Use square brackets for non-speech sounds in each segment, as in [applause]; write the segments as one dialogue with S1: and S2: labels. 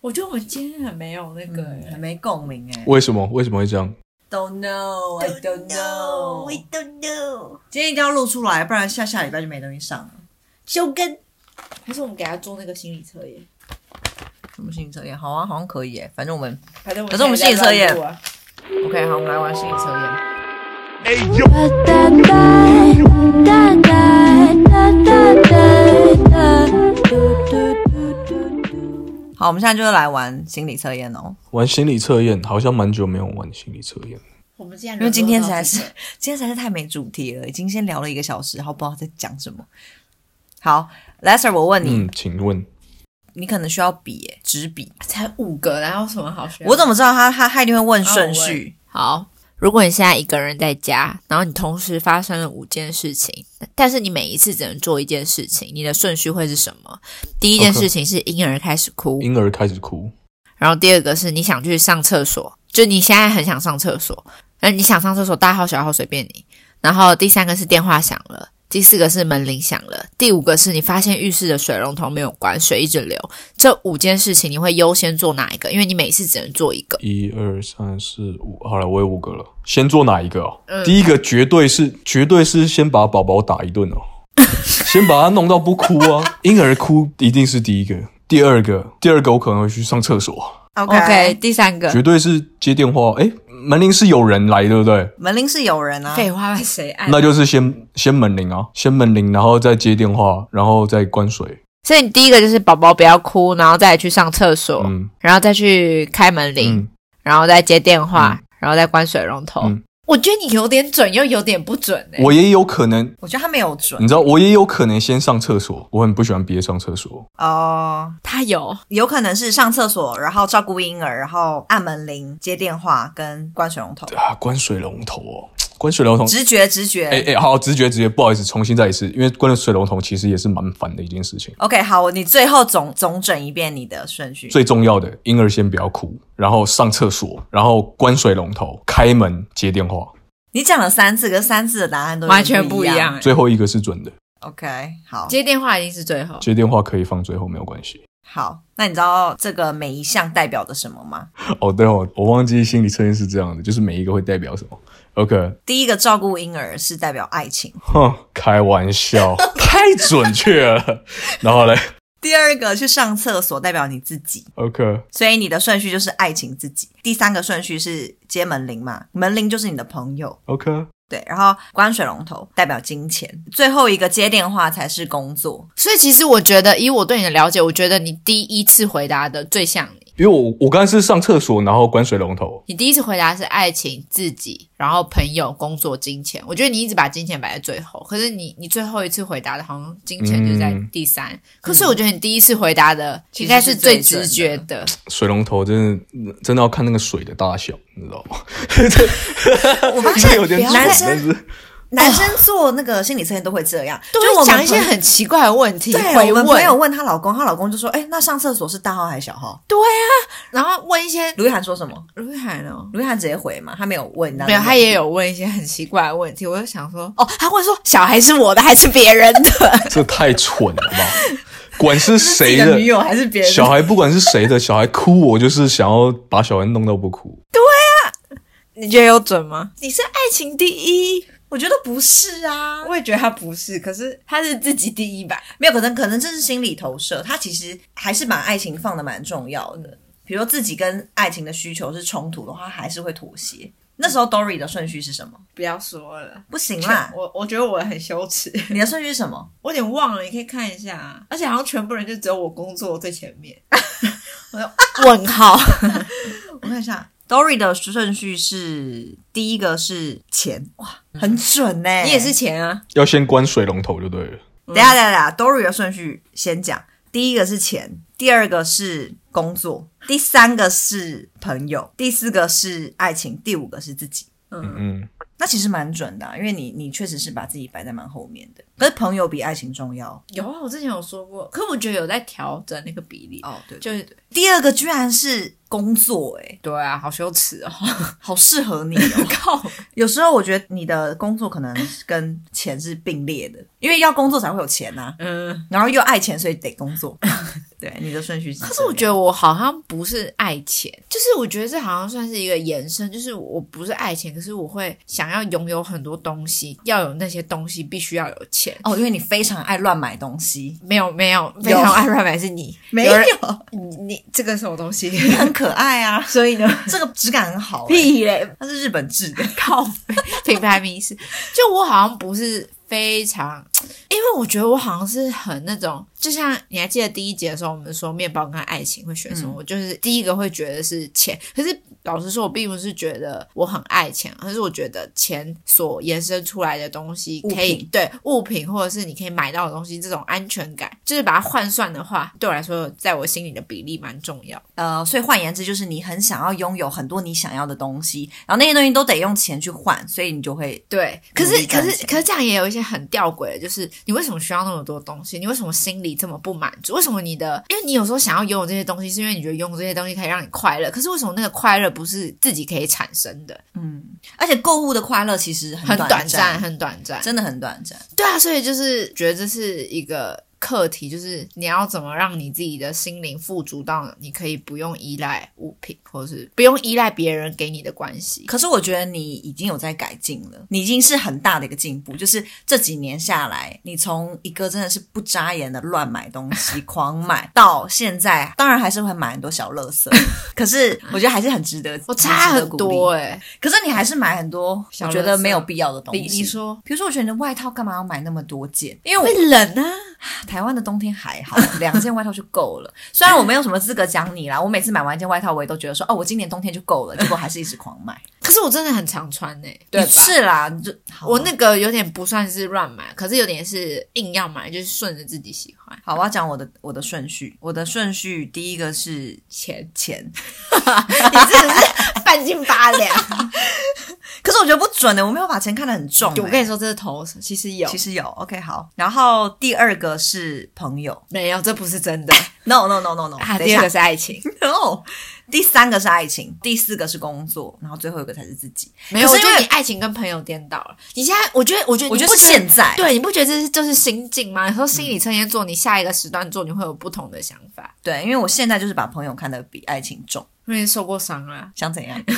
S1: 我觉得我今天很没有那个、
S2: 嗯，
S1: 欸
S2: 很没共鸣哎、
S3: 为什么？为什么会这样？
S2: Don't know, I don't know。
S4: we don't know。
S2: 今天一定要录出来，不然下下礼拜就没东西上了。
S4: 修根，
S1: 还是我们给他做那个心理测验？
S2: 什么心理测验？好啊，好像可以哎。反正我们
S1: 反正我
S2: 可是我们心理测验
S1: 现在在乱录啊
S2: OK，好，我们来玩心理测验。好，我们现在就是来玩心理测验哦，
S3: 玩心理测验好像蛮久没有玩心理测验。
S1: 我们竟然
S2: 因为今天实在是
S1: 沦落到
S2: [laughs] 今天实在是太没主题了，已经先聊了一个小时，然后不知道在讲什么。好，Lester，我问你，
S3: 嗯，请问
S2: 你可能需要笔欸、纸笔，
S1: 这个才五个，然后有什么好学？
S4: 啊
S2: 我怎么知道他他他一定会问顺
S4: 哦
S2: 序？
S4: 好，如果你现在一个人在家，然后你同时发生了五件事情，但是你每一次只能做一件事情，你的顺序会是什么？第一件
S3: OK
S4: 事情是婴儿开始哭
S3: 婴儿开始哭，
S4: 然后第二个是你想去上厕所，就你现在很想上厕所，那你想上厕所，大号小号随便你。然后第三个是电话响了，第四个是门铃响了，第五个是你发现浴室的水龙头没有关，水一直流。这五件事情你会优先做哪一个？因为你每次只能做一个。
S3: 一二三四五，好了，我有五个了。先做哪一个哦？第一个绝对是，绝对是先把宝宝打一顿哦，先把他弄到不哭啊。婴儿哭一定是第一个，第二个，第二个我可能会去上厕所，
S2: OK，,
S4: OK，第三个
S3: 绝对是接电话。诶，门铃是有人来，对不对？
S2: 门铃是有人啊。
S4: 废话，谁按？
S3: 那就是先先门铃啊，先门铃，然后再接电话，然后再关水。
S4: 所以你第一个就是宝宝不要哭，然后再去上厕所，
S3: 嗯
S4: 然后再去开门铃，
S3: 嗯，
S4: 然后再接电话，然后再关水龙头。
S3: 嗯
S4: 我觉得你有点准，又有点不准哎、
S3: 我也有可能，
S2: 我觉得他没有准
S3: 你知道，我也有可能先上厕所，我很不喜欢憋上厕所。
S2: 哦
S4: 他有，
S2: 有可能是上厕所，然后照顾婴儿，然后按门铃、接电话跟关水龙头。
S3: 啊，关水龙头哦，关水龙头。
S2: 直觉，直觉。
S3: 哎哎，好，直觉直觉，不好意思，重新再一次，因为关了水龙头其实也是蛮烦的一件事情。
S2: OK，好，你最后总总整一遍你的顺序。
S3: 最重要的，婴儿先不要哭，然后上厕所，然后关水龙头，开门接电话，
S2: 你讲了三次，跟三次的答案都有
S4: 完全不
S2: 不
S4: 一样
S2: 样。
S4: 哎、
S3: 最后一个是准的，
S2: OK，好，
S4: 接电话一定是最后，
S3: 接电话可以放最后没有关系。
S2: 好，那你知道这个每一项代表着什么吗？
S3: 哦，对哦，我忘记心理测验是这样的，就是每一个会代表什么。OK，
S2: 第一个照顾婴儿是代表爱情，
S3: 哼，开玩 [laughs] 笑，太准确了。然后嘞
S2: 第二个去上厕所代表你自己，
S3: ，OK，
S2: 所以你的顺序就是爱情自己。第三个顺序是接门铃嘛，门铃就是你的朋友。
S3: OK，
S2: 对，然后关水龙头代表金钱，最后一个接电话才是工作。
S4: 所以其实我觉得，以我对你的了解，我觉得你第一次回答的最像你。
S3: 因为我我刚才是上厕所，然后关水龙头。
S4: 你第一次回答是爱情、自己，然后朋友、工作、金钱。我觉得你一直把金钱摆在最后，可是你你最后一次回答的好像金钱就在第三。可是我觉得你第一次回答的应嗯该是最直觉的，
S3: 水龙头真的真的要看那个水的大小，你知道吗？
S2: [laughs] 我发
S3: 这
S2: 现
S3: 有点准，
S2: 男
S3: 但
S2: 生
S3: 是
S2: 男生做那个心理测验都会这样，
S4: 都
S2: 就我
S4: 会
S2: 们
S4: 讲一些
S2: 朋
S4: 很奇怪的问题
S2: 对，
S4: 回
S2: 我们朋友
S4: 问，
S2: 问她老公，她老公就说：“哎、那上厕所是大号还是小号
S4: 然后问一些？”
S2: 卢一涵说什么？
S4: 卢海呢？
S2: 卢一涵直接回嘛，她没有问，啊
S4: 没有，他也有问一些很奇怪的问题。我就想说，哦，他会说小孩是我的还是别人的？ [laughs]
S3: 这太蠢了吧！管
S2: [laughs]
S3: 是谁
S2: 的
S3: 的
S2: 女友还是别人？
S3: 小孩，不管是谁的小孩哭，我就是想要把小孩弄到不哭。
S4: 你觉得有准吗？你是爱情第一，
S2: 我觉得不是啊，
S4: 我也觉得他不是，可是他是自己第一吧。
S2: 没有可能，可能这是心理投射，她其实还是把爱情放的蛮重要的。比如说自己跟爱情的需求是冲突的话，她还是会妥协。那时候 Dory 的顺序是什么？
S4: 不要说了，
S2: 不行啦，
S4: 我我觉得我很羞耻， [laughs]
S2: 你的顺序是什么？
S4: 我有点忘了，你可以看一下啊。而且好像全部人就只有我工作最前面。我说问号，
S2: [laughs] 我看一下，Dory 的顺序是第一个是钱，哇，很准呢、嗯
S4: 你也是钱啊？
S3: 要先关水龙头就对了。
S2: 等一下，等一下，等一下，Dory 的顺序先讲，第一个是钱，第二个是工作，第三个是朋友，第四个是爱情，第五个是自己。
S3: 嗯嗯，
S2: 那其实蛮准的啊、因为你你确实是把自己摆在蛮后面的，可是朋友比爱情重要
S4: 有啊，我之前有说过，可我觉得有在调整那个比例。
S2: 哦。对就
S4: 就是
S2: 第二个居然是工作、欸，
S4: 对啊，好羞耻哦！ [laughs]
S2: 好适合你哦。
S4: 靠，
S2: 有时候我觉得你的工作可能跟钱是并列的，因为要工作才会有钱呐、啊
S4: 嗯，
S2: [laughs] 然后又爱钱，所以得工作。对，你的顺序是这样。
S4: 可是我觉得我好像不是爱钱，就是我觉得这好像算是一个延伸，就是我不是爱钱，可是我会想要拥有很多东西，要有那些东西必须要有钱。
S2: 哦，因为你非常爱乱买东西，
S4: 没有没有，非常爱乱买是你，
S2: 没
S4: 人
S2: 有，
S4: 你你这个什么东西？
S2: 很可爱 [laughs] 啊。
S4: 所以呢，
S2: 这个质感很好、欸，
S4: [laughs] 屁嘞，
S2: 它是日本制的。
S4: [laughs] 靠背品牌迷失，就我好像不是非常，因为我觉得我好像是很那种，就像你还记得第一节的时候，我们说面包跟爱情会选什
S2: 嗯
S4: 么，我就是第一个会觉得是钱。可是老实说，我并不是觉得我很爱钱，而是我觉得钱所延伸出来的东西
S2: 物
S4: 可以
S2: 品
S4: 对物品或者是你可以买到的东西，这种安全感，就是把它换算的话，对我来说，在我心里的比例蛮重要。
S2: 呃，所以换言之，就是你很想要拥有很多你想要的东西，然后那些东西都得用钱去换，所以你就会
S4: 对，可
S2: 努力
S4: 是可
S2: 赚
S4: 是
S2: 钱
S4: 可是这样也有一些很吊诡的，就是你为什么需要那么多东西？你为什么心里这么不满足？为什么你的？因为你有时候想要拥有这些东西，是因为你觉得拥有这些东西可以让你快乐。可是为什么那个快乐不是自己可以产生的？
S2: 而且购物的快乐其实
S4: 很
S2: 短
S4: 短暂，很短暂。
S2: 真的很短暂。
S4: 对啊，所以就是觉得这是一个课题，就是你要怎么让你自己的心灵富足到你可以不用依赖物品，或是不用依赖别人给你的关系。
S2: 可是我觉得你已经有在改进了，你已经是很大的一个进步。就是这几年下来，你从一个真的是不眨眼的乱买东西、狂买，到现在，当然还是会买很多小垃
S4: [laughs]
S2: 圾，可是我觉得还是很值得，
S4: 我差
S2: 很值
S4: 很
S2: 得鼓励
S4: 多哎、
S2: 可是你还是买很多
S4: 小
S2: 我觉
S4: 垃
S2: 得
S4: 圾
S2: 没有必要的东西。
S4: 你你说
S2: 比如说，我觉得你的外套干嘛要买那么多件？因为我
S4: 会冷啊。
S2: 台湾的冬天还好， [laughs] 两件外套就够了。虽然我没有什么资格讲你啦，我每次买完一件外套，我也都觉得说，哦，我今年冬天就够了，结果还是一直狂买，
S4: 可是我真的很常穿呢、对
S2: 对吧？
S4: 吧？
S2: 是啦，你就好啊
S4: 我那个有点不算是乱买，可是有点是硬要买，就是顺着自己喜
S2: [laughs]
S4: 欢。
S2: 好，我要讲我的我的顺序，我的顺序第一个是，
S4: 钱
S2: 钱，
S4: 你真的是半斤八
S2: [laughs]
S4: 两。
S2: 可是我觉得不准欸的，我没有把钱看得很重、
S4: 我跟你说，
S2: 说，
S4: 这是头，其实有
S2: 其，实有 OK 好，然后第二个是朋友
S4: 没有，这不是真的。
S2: ，No No No No No，、
S4: 啊，
S2: 哦等一
S4: 第
S2: 下
S4: 二个是爱情，
S2: [laughs] No，第三个是爱情，第四个是工作，然后最后一个才是自己。
S4: 没有，
S2: 可
S4: 我
S2: 是
S4: 觉
S2: 因为
S4: 得你爱情跟朋友颠倒了。你现在，我觉得，我觉得，
S2: 我觉
S4: 你
S2: 得
S4: 不
S2: 是现在嗯
S4: 对，你不觉得这是就是心境吗？你说心理测验做，你下一个时段做，你会有不同的想法。
S2: 对，因为我现在就是把朋友看得比爱情重，
S4: 因为你受过伤啊，
S2: 想怎样？ [laughs]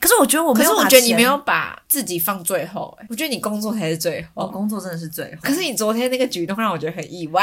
S2: 可是我觉得我
S4: 可
S2: 没
S4: 是
S2: 有，
S4: 我觉得你没，有把自己放最后、欸，我觉得你工作才是最
S2: 我
S4: 后。
S2: 哦工作真的是最后。
S4: 可是你昨天那个举动让我觉得很意外。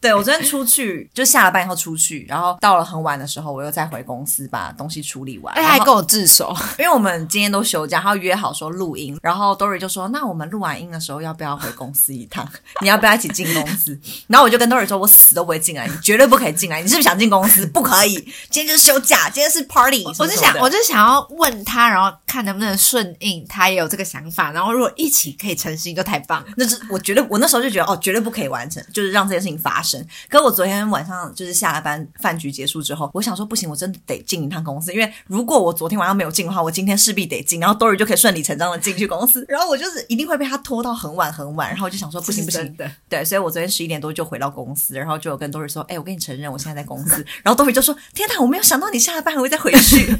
S2: 对我昨天出去， [laughs] 就下了班以后出去，然后到了很晚的时候，我又再回公司把东西处理完。
S4: [laughs] 而且还
S2: 然后
S4: 跟我自首，
S2: 因为我们今天都休假，然后约好说录音，然后 Dory 就说：“那我们录完音的时候，要不要回公司一趟？ [laughs] 你要不要一起进公司？”然后我就跟 Dory 说：“我死都不会进来，你绝对不可以进来！你是不是想进公司？不可以！今天就是休假，今天是 party 哦什
S4: 我
S2: 么
S4: 就
S2: 什么的。
S4: 想，我就想要问他，然后看能不能顺应他也有这个想法，然后如果一起可以成型，就太棒了。
S2: 那是我绝对，我那时候就觉得哦，绝对不可以完成，就是让这件事情发生。可我昨天晚上就是下了班饭局结束之后，我想说不行，我真的得进一趟公司，因为如果我昨天晚上没有进的话，我今天势必得进，然后 Dory 就可以顺理成章的进去公司，然后我就是一定会被他拖到很晚很晚，然后我就想说不行不行，
S4: 的，
S2: 对，所以我昨天十一点多就回到公司，然后就有跟 Dory 说，哎、我跟你承认我现在在公司，然后 Dory 就说，天哪，我没有想到你下了班还会再回
S4: [laughs]
S2: 去，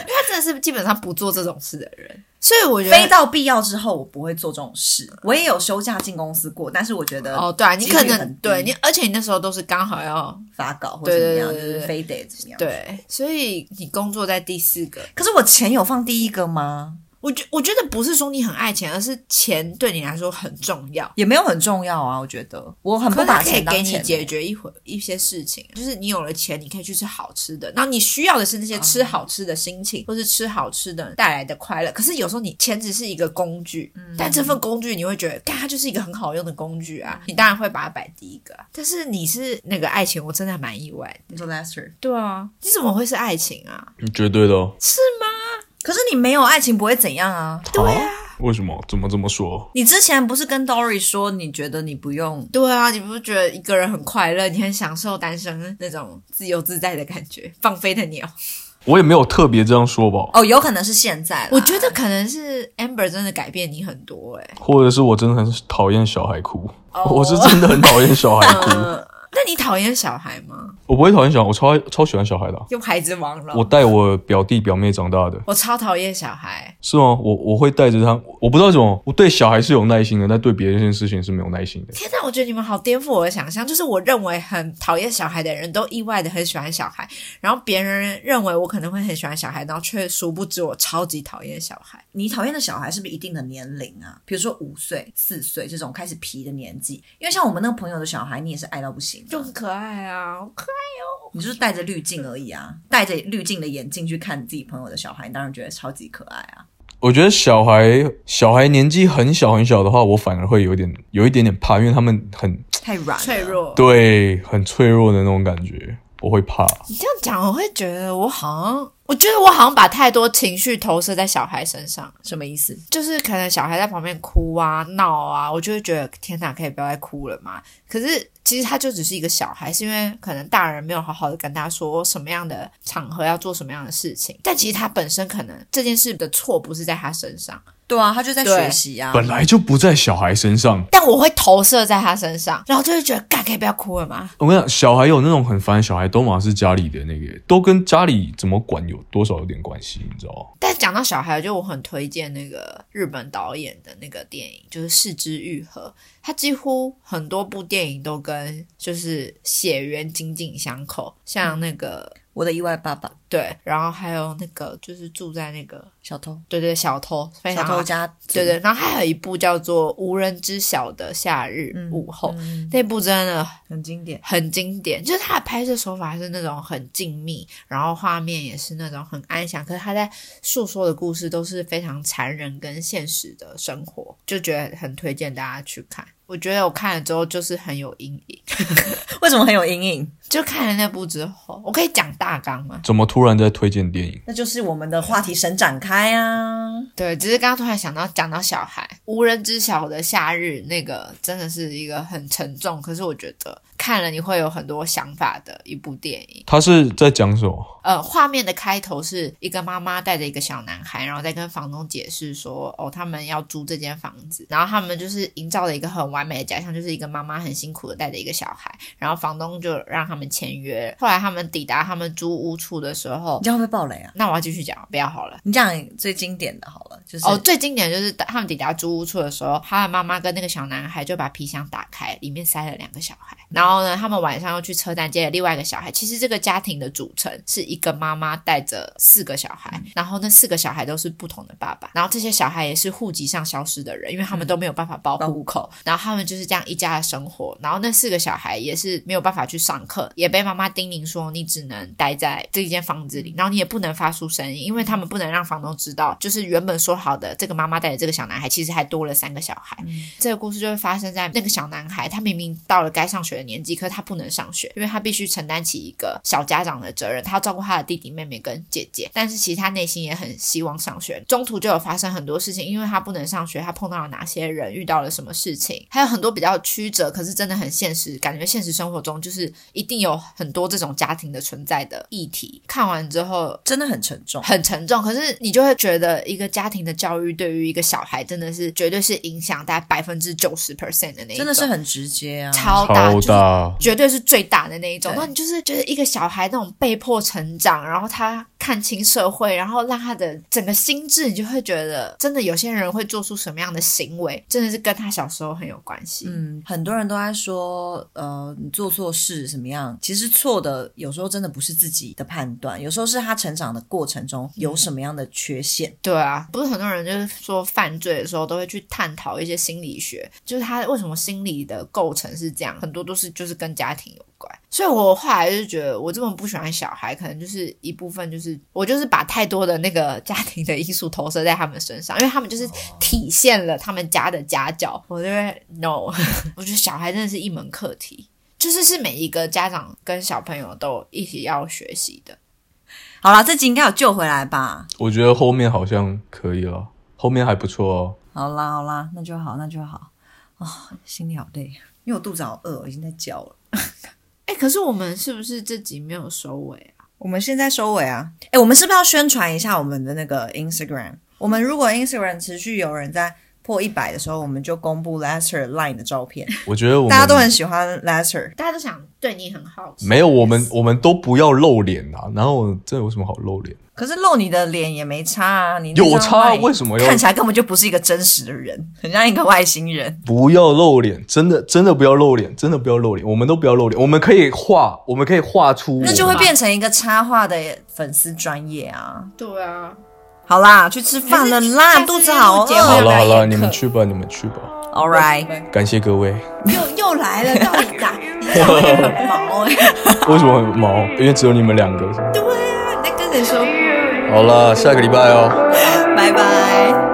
S4: 因为他真的是基本上不做这种事的人，所以我觉
S2: 非
S4: 得。
S2: 到必要之后我不会做这种事，我也有休假进公司过，但是我觉得
S4: 哦，对啊，你
S2: 几率
S4: 可
S2: 很
S4: 能
S2: 低
S4: 对你，而且你那时候都是刚好要
S2: 发稿或怎么样，
S4: 对对对对
S2: 就是非得怎么样。，
S4: 对，所以你工作在第四个，
S2: 可是我钱有放第一个吗？
S4: 我觉我觉得不是说你很爱钱，而是钱对你来说很重要。
S2: 也没有很重要啊，我觉得我很
S4: 可
S2: 不
S4: 是它
S2: 把
S4: 可以
S2: 钱当
S4: 给
S2: 钱
S4: 你解决一回一些事情，就是你有了钱，你可以去吃好吃的，然后你需要的是那些吃好吃的心情，或是吃好吃的带来的快乐。可是有时候你钱只是一个工具，但这份工具你会觉得，干它就是一个很好用的工具啊，你当然会把它摆第一个啊。但是你是那个爱情，我真的还蛮意外的。
S2: 你说 Lester，
S4: 对啊，你怎么会是爱情啊？
S3: 绝对的哦。
S4: 是吗？
S2: 可是你没有爱情不会怎样啊？
S3: 对啊，为什么？怎么这么说？
S2: 你之前不是跟 Dory 说你觉得你不用？
S4: 对啊，你不觉得一个人很快乐，你很享受单身那种自由自在的感觉，放飞的鸟？
S3: 我也没有特别这样说吧，
S2: 哦，有可能是现在啦，
S4: 我觉得可能是 Amber 真的改变你很多哎、
S2: 哦 [laughs]
S3: 或者是我真的很讨厌小孩哭，我是真的很讨厌小孩哭。
S4: 嗯那你讨厌小孩吗？
S3: 我不会讨厌小孩，我超爱超喜欢小孩的啊、
S4: 就孩子王了。
S3: 我带我表弟表妹长大的，
S4: 我超讨厌小孩，
S3: 是吗？我我会带着他，我不知道怎么，我对小孩是有耐心的，但对别人这件事情是没有耐心的。
S4: 天哪！我觉得你们好颠覆我的想象，就是我认为很讨厌小孩的人都意外的很喜欢小孩，然后别人认为我可能会很喜欢小孩，然后却殊不知我超级讨厌小孩。
S2: 你讨厌的小孩是不是一定的年龄啊？比如说五岁、四岁这种开始皮的年纪，因为像我们那个朋友的小孩，你也是爱到不行啊，
S4: 就很可爱啊，好可
S2: 你就是戴着滤镜而已啊，戴着滤镜的眼镜去看自己朋友的小孩，你当然觉得超级可爱啊。
S3: 我觉得小孩小孩年纪很小很小的话，我反而会有点有一点点怕，因为他们很
S2: 太软了
S4: 爱脆。弱。
S3: 对很脆弱的那种感觉，我会怕。
S4: 你这样讲，我会觉得我好像，我觉得我好像把太多情绪投射在小孩身上，
S2: 什么意思？
S4: 就是可能小孩在旁边哭啊、闹啊，我就会觉得天哪，可以不要再哭了嘛。可是其实他就只是一个小孩，是因为可能大人没有好好的跟他说什么样的场合要做什么样的事情，但其实他本身可能这件事的错不是在他身上，
S2: 对啊，他就在学习啊。
S3: 本来就不在小孩身上。
S4: 但我会投射在他身上，然后就会觉得，干，可以不要哭了吗？
S3: 我跟你讲，小孩有那种很烦的小孩，都嘛是家里的那个，都跟家里怎么管有多少有点关系，你知道吗？
S4: 但讲到小孩，就我很推荐那个日本导演的那个电影，就是《四肢愈合》。他几乎很多部电影都跟就是血缘紧紧相扣，像那个
S2: 我的意外爸爸，
S4: 对，然后还有那个就是住在那个
S2: 小偷，
S4: 对对小偷，非
S2: 小
S4: 常
S2: 偷家族，
S4: 哎对对，然后还有一部叫做《无人知晓的夏日午后》，
S2: 嗯
S4: 那部真的
S2: 很经典。
S4: 很经典，就是他的拍摄手法是那种很静谧，然后画面也是那种很安详，可是他在诉说的故事都是非常残忍跟现实的生活，就觉得很推荐大家去看。我觉得我看了之后就是很有阴影，
S2: 为什么很有阴影？
S4: 就看了那部之后，我可以讲大纲吗？
S3: 怎么突然在推荐电影？
S2: 那就是我们的话题神展开啊。
S4: 对，只是刚刚突然想到，讲到小孩，无人知晓的夏日，那个真的是一个很沉重，可是我觉得看了你会有很多想法的一部电影。
S3: 他是在讲什么？
S4: 呃，画面的开头是一个妈妈带着一个小男孩，然后再跟房东解释说，哦，他们要租这间房子，然后他们就是营造了一个很完美的假象，就是一个妈妈很辛苦的带着一个小孩，然后房东就让他们签约。后来他们抵达他们租屋处的时候
S2: 你，这样会不会爆雷啊？
S4: 那我要继续讲，不要好了。
S2: 你讲最经典的好了，就是
S4: 哦，最经典就是他们抵达租屋处的时候，他的妈妈跟那个小男孩就把皮箱打开，里面塞了两个小孩。然后呢，他们晚上又去车站接了另外一个小孩。其实这个家庭的组成是一个妈妈带着四个小孩，然后那四个小孩都是不同的爸爸。然后这些小孩也是户籍上消失的人，因为他们都没有办法报
S2: 报
S4: 户口。然后他们就是这样一家的生活。然后那四个小孩也是没有办法去上课，也被妈妈叮咛说你只能待在这一间房子里，然后你也不能发出声音，因为他们不能让房东知道，就是原本说好的这个妈妈带着这个小男孩，其实还多了三个小孩。这个故事就会发生在那个小男孩，他明明到了该上学的年纪，可是他不能上学，因为他必须承担起一个小家长的责任，他要照顾他的弟弟妹妹跟姐姐。但是其实他内心也很希望上学。中途就有发生很多事情，因为他不能上学，他碰到了哪些人，遇到了什么事情，还有很多比较曲折，可是真的很现实，感觉现实生活中就是一定有很多这种家庭的存在的议题。看完之后，
S2: 真的很沉重。
S4: 很沉重，可是你就会觉得一个家庭的教育对于一个小孩真的是绝对是影响大概百分之九十 percent 的那一种，
S2: 真的是很直接啊！
S4: 超大，
S3: 超
S4: 就是
S3: 大，
S4: 绝对是最大的那一种。
S2: 对
S4: 那你就是觉得一个小孩那种被迫成长，然后他看清社会，然后让他的整个心智，你就会觉得真的有些人会做出什么样的行为，真的是跟他小时候很有关系。
S2: 嗯，很多人都在说，呃，你做错事怎么样？其实错的有时候真的不是自己的判断，有时候是他成长的过程中
S4: 嗯
S2: 有什么样的缺陷。
S4: 对啊，不是很多人就是说犯罪的时候都会去探讨一些心理学，就是他为什么心理的构成是这样，很多都是就是跟家庭有关。所以我后来就觉得，我这么不喜欢小孩，可能就是一部分就是我就是把太多的那个家庭的因素投射在他们身上，因为他们就是体现了他们家的家教。我就会 no，我觉 [laughs] 得小孩真的是一门课题。就是是每一个家长跟小朋友都一起要学习的，
S2: 好啦，这集应该有救回来吧？
S3: 我觉得后面好像可以了，后面还不错哦。
S2: 好啦，好啦，那就好，那就好。啊、心里好累，因为我肚子好饿，我已经在叫了。
S4: 哎、可是我们是不是这集没有收尾啊？
S2: 我们现在收尾啊！哎，我们是不是要宣传一下我们的那个 Instagram？我们如果 Instagram 持续有人在破一百的时候，我们就公布 Lester Line 的照片，
S3: 我觉得我们
S2: 大家都很喜欢 Lester。
S1: 大家都想对你很好奇。
S3: 没有，我们我们都不要露脸啊。然后这有什么好露脸？
S2: 可是露你的脸也没差啊，你那
S3: 有
S2: 张
S3: 差
S2: 赖
S3: 为什么要
S2: 看起来根本就不是一个真实的人，很像一个外星人。
S3: 不要露脸，真的真的不要露脸，真的不要露脸，我们都不要露脸，我们可以画，我们可以画出我们，
S2: 那就会变成一个插画的粉丝专业啊！
S1: 对啊，
S2: 好啦，去吃饭了
S1: 还
S2: 啦，
S1: 是
S2: 肚子
S1: 下次录
S2: 好
S1: 节目
S3: 好
S2: 饿。
S1: 要不
S3: 了
S1: 要
S3: 好了，
S1: 演
S3: 你们
S1: 课
S3: 去吧，你们去吧，
S2: All right，
S3: 感谢各位。
S1: [laughs] 又又来了，到底
S2: [laughs]
S1: 哪？
S2: 毛哎、
S3: 为什么很毛？因为只有你们两个。
S1: 你在跟谁说？
S3: 好了，下个礼拜哦。
S2: 拜拜。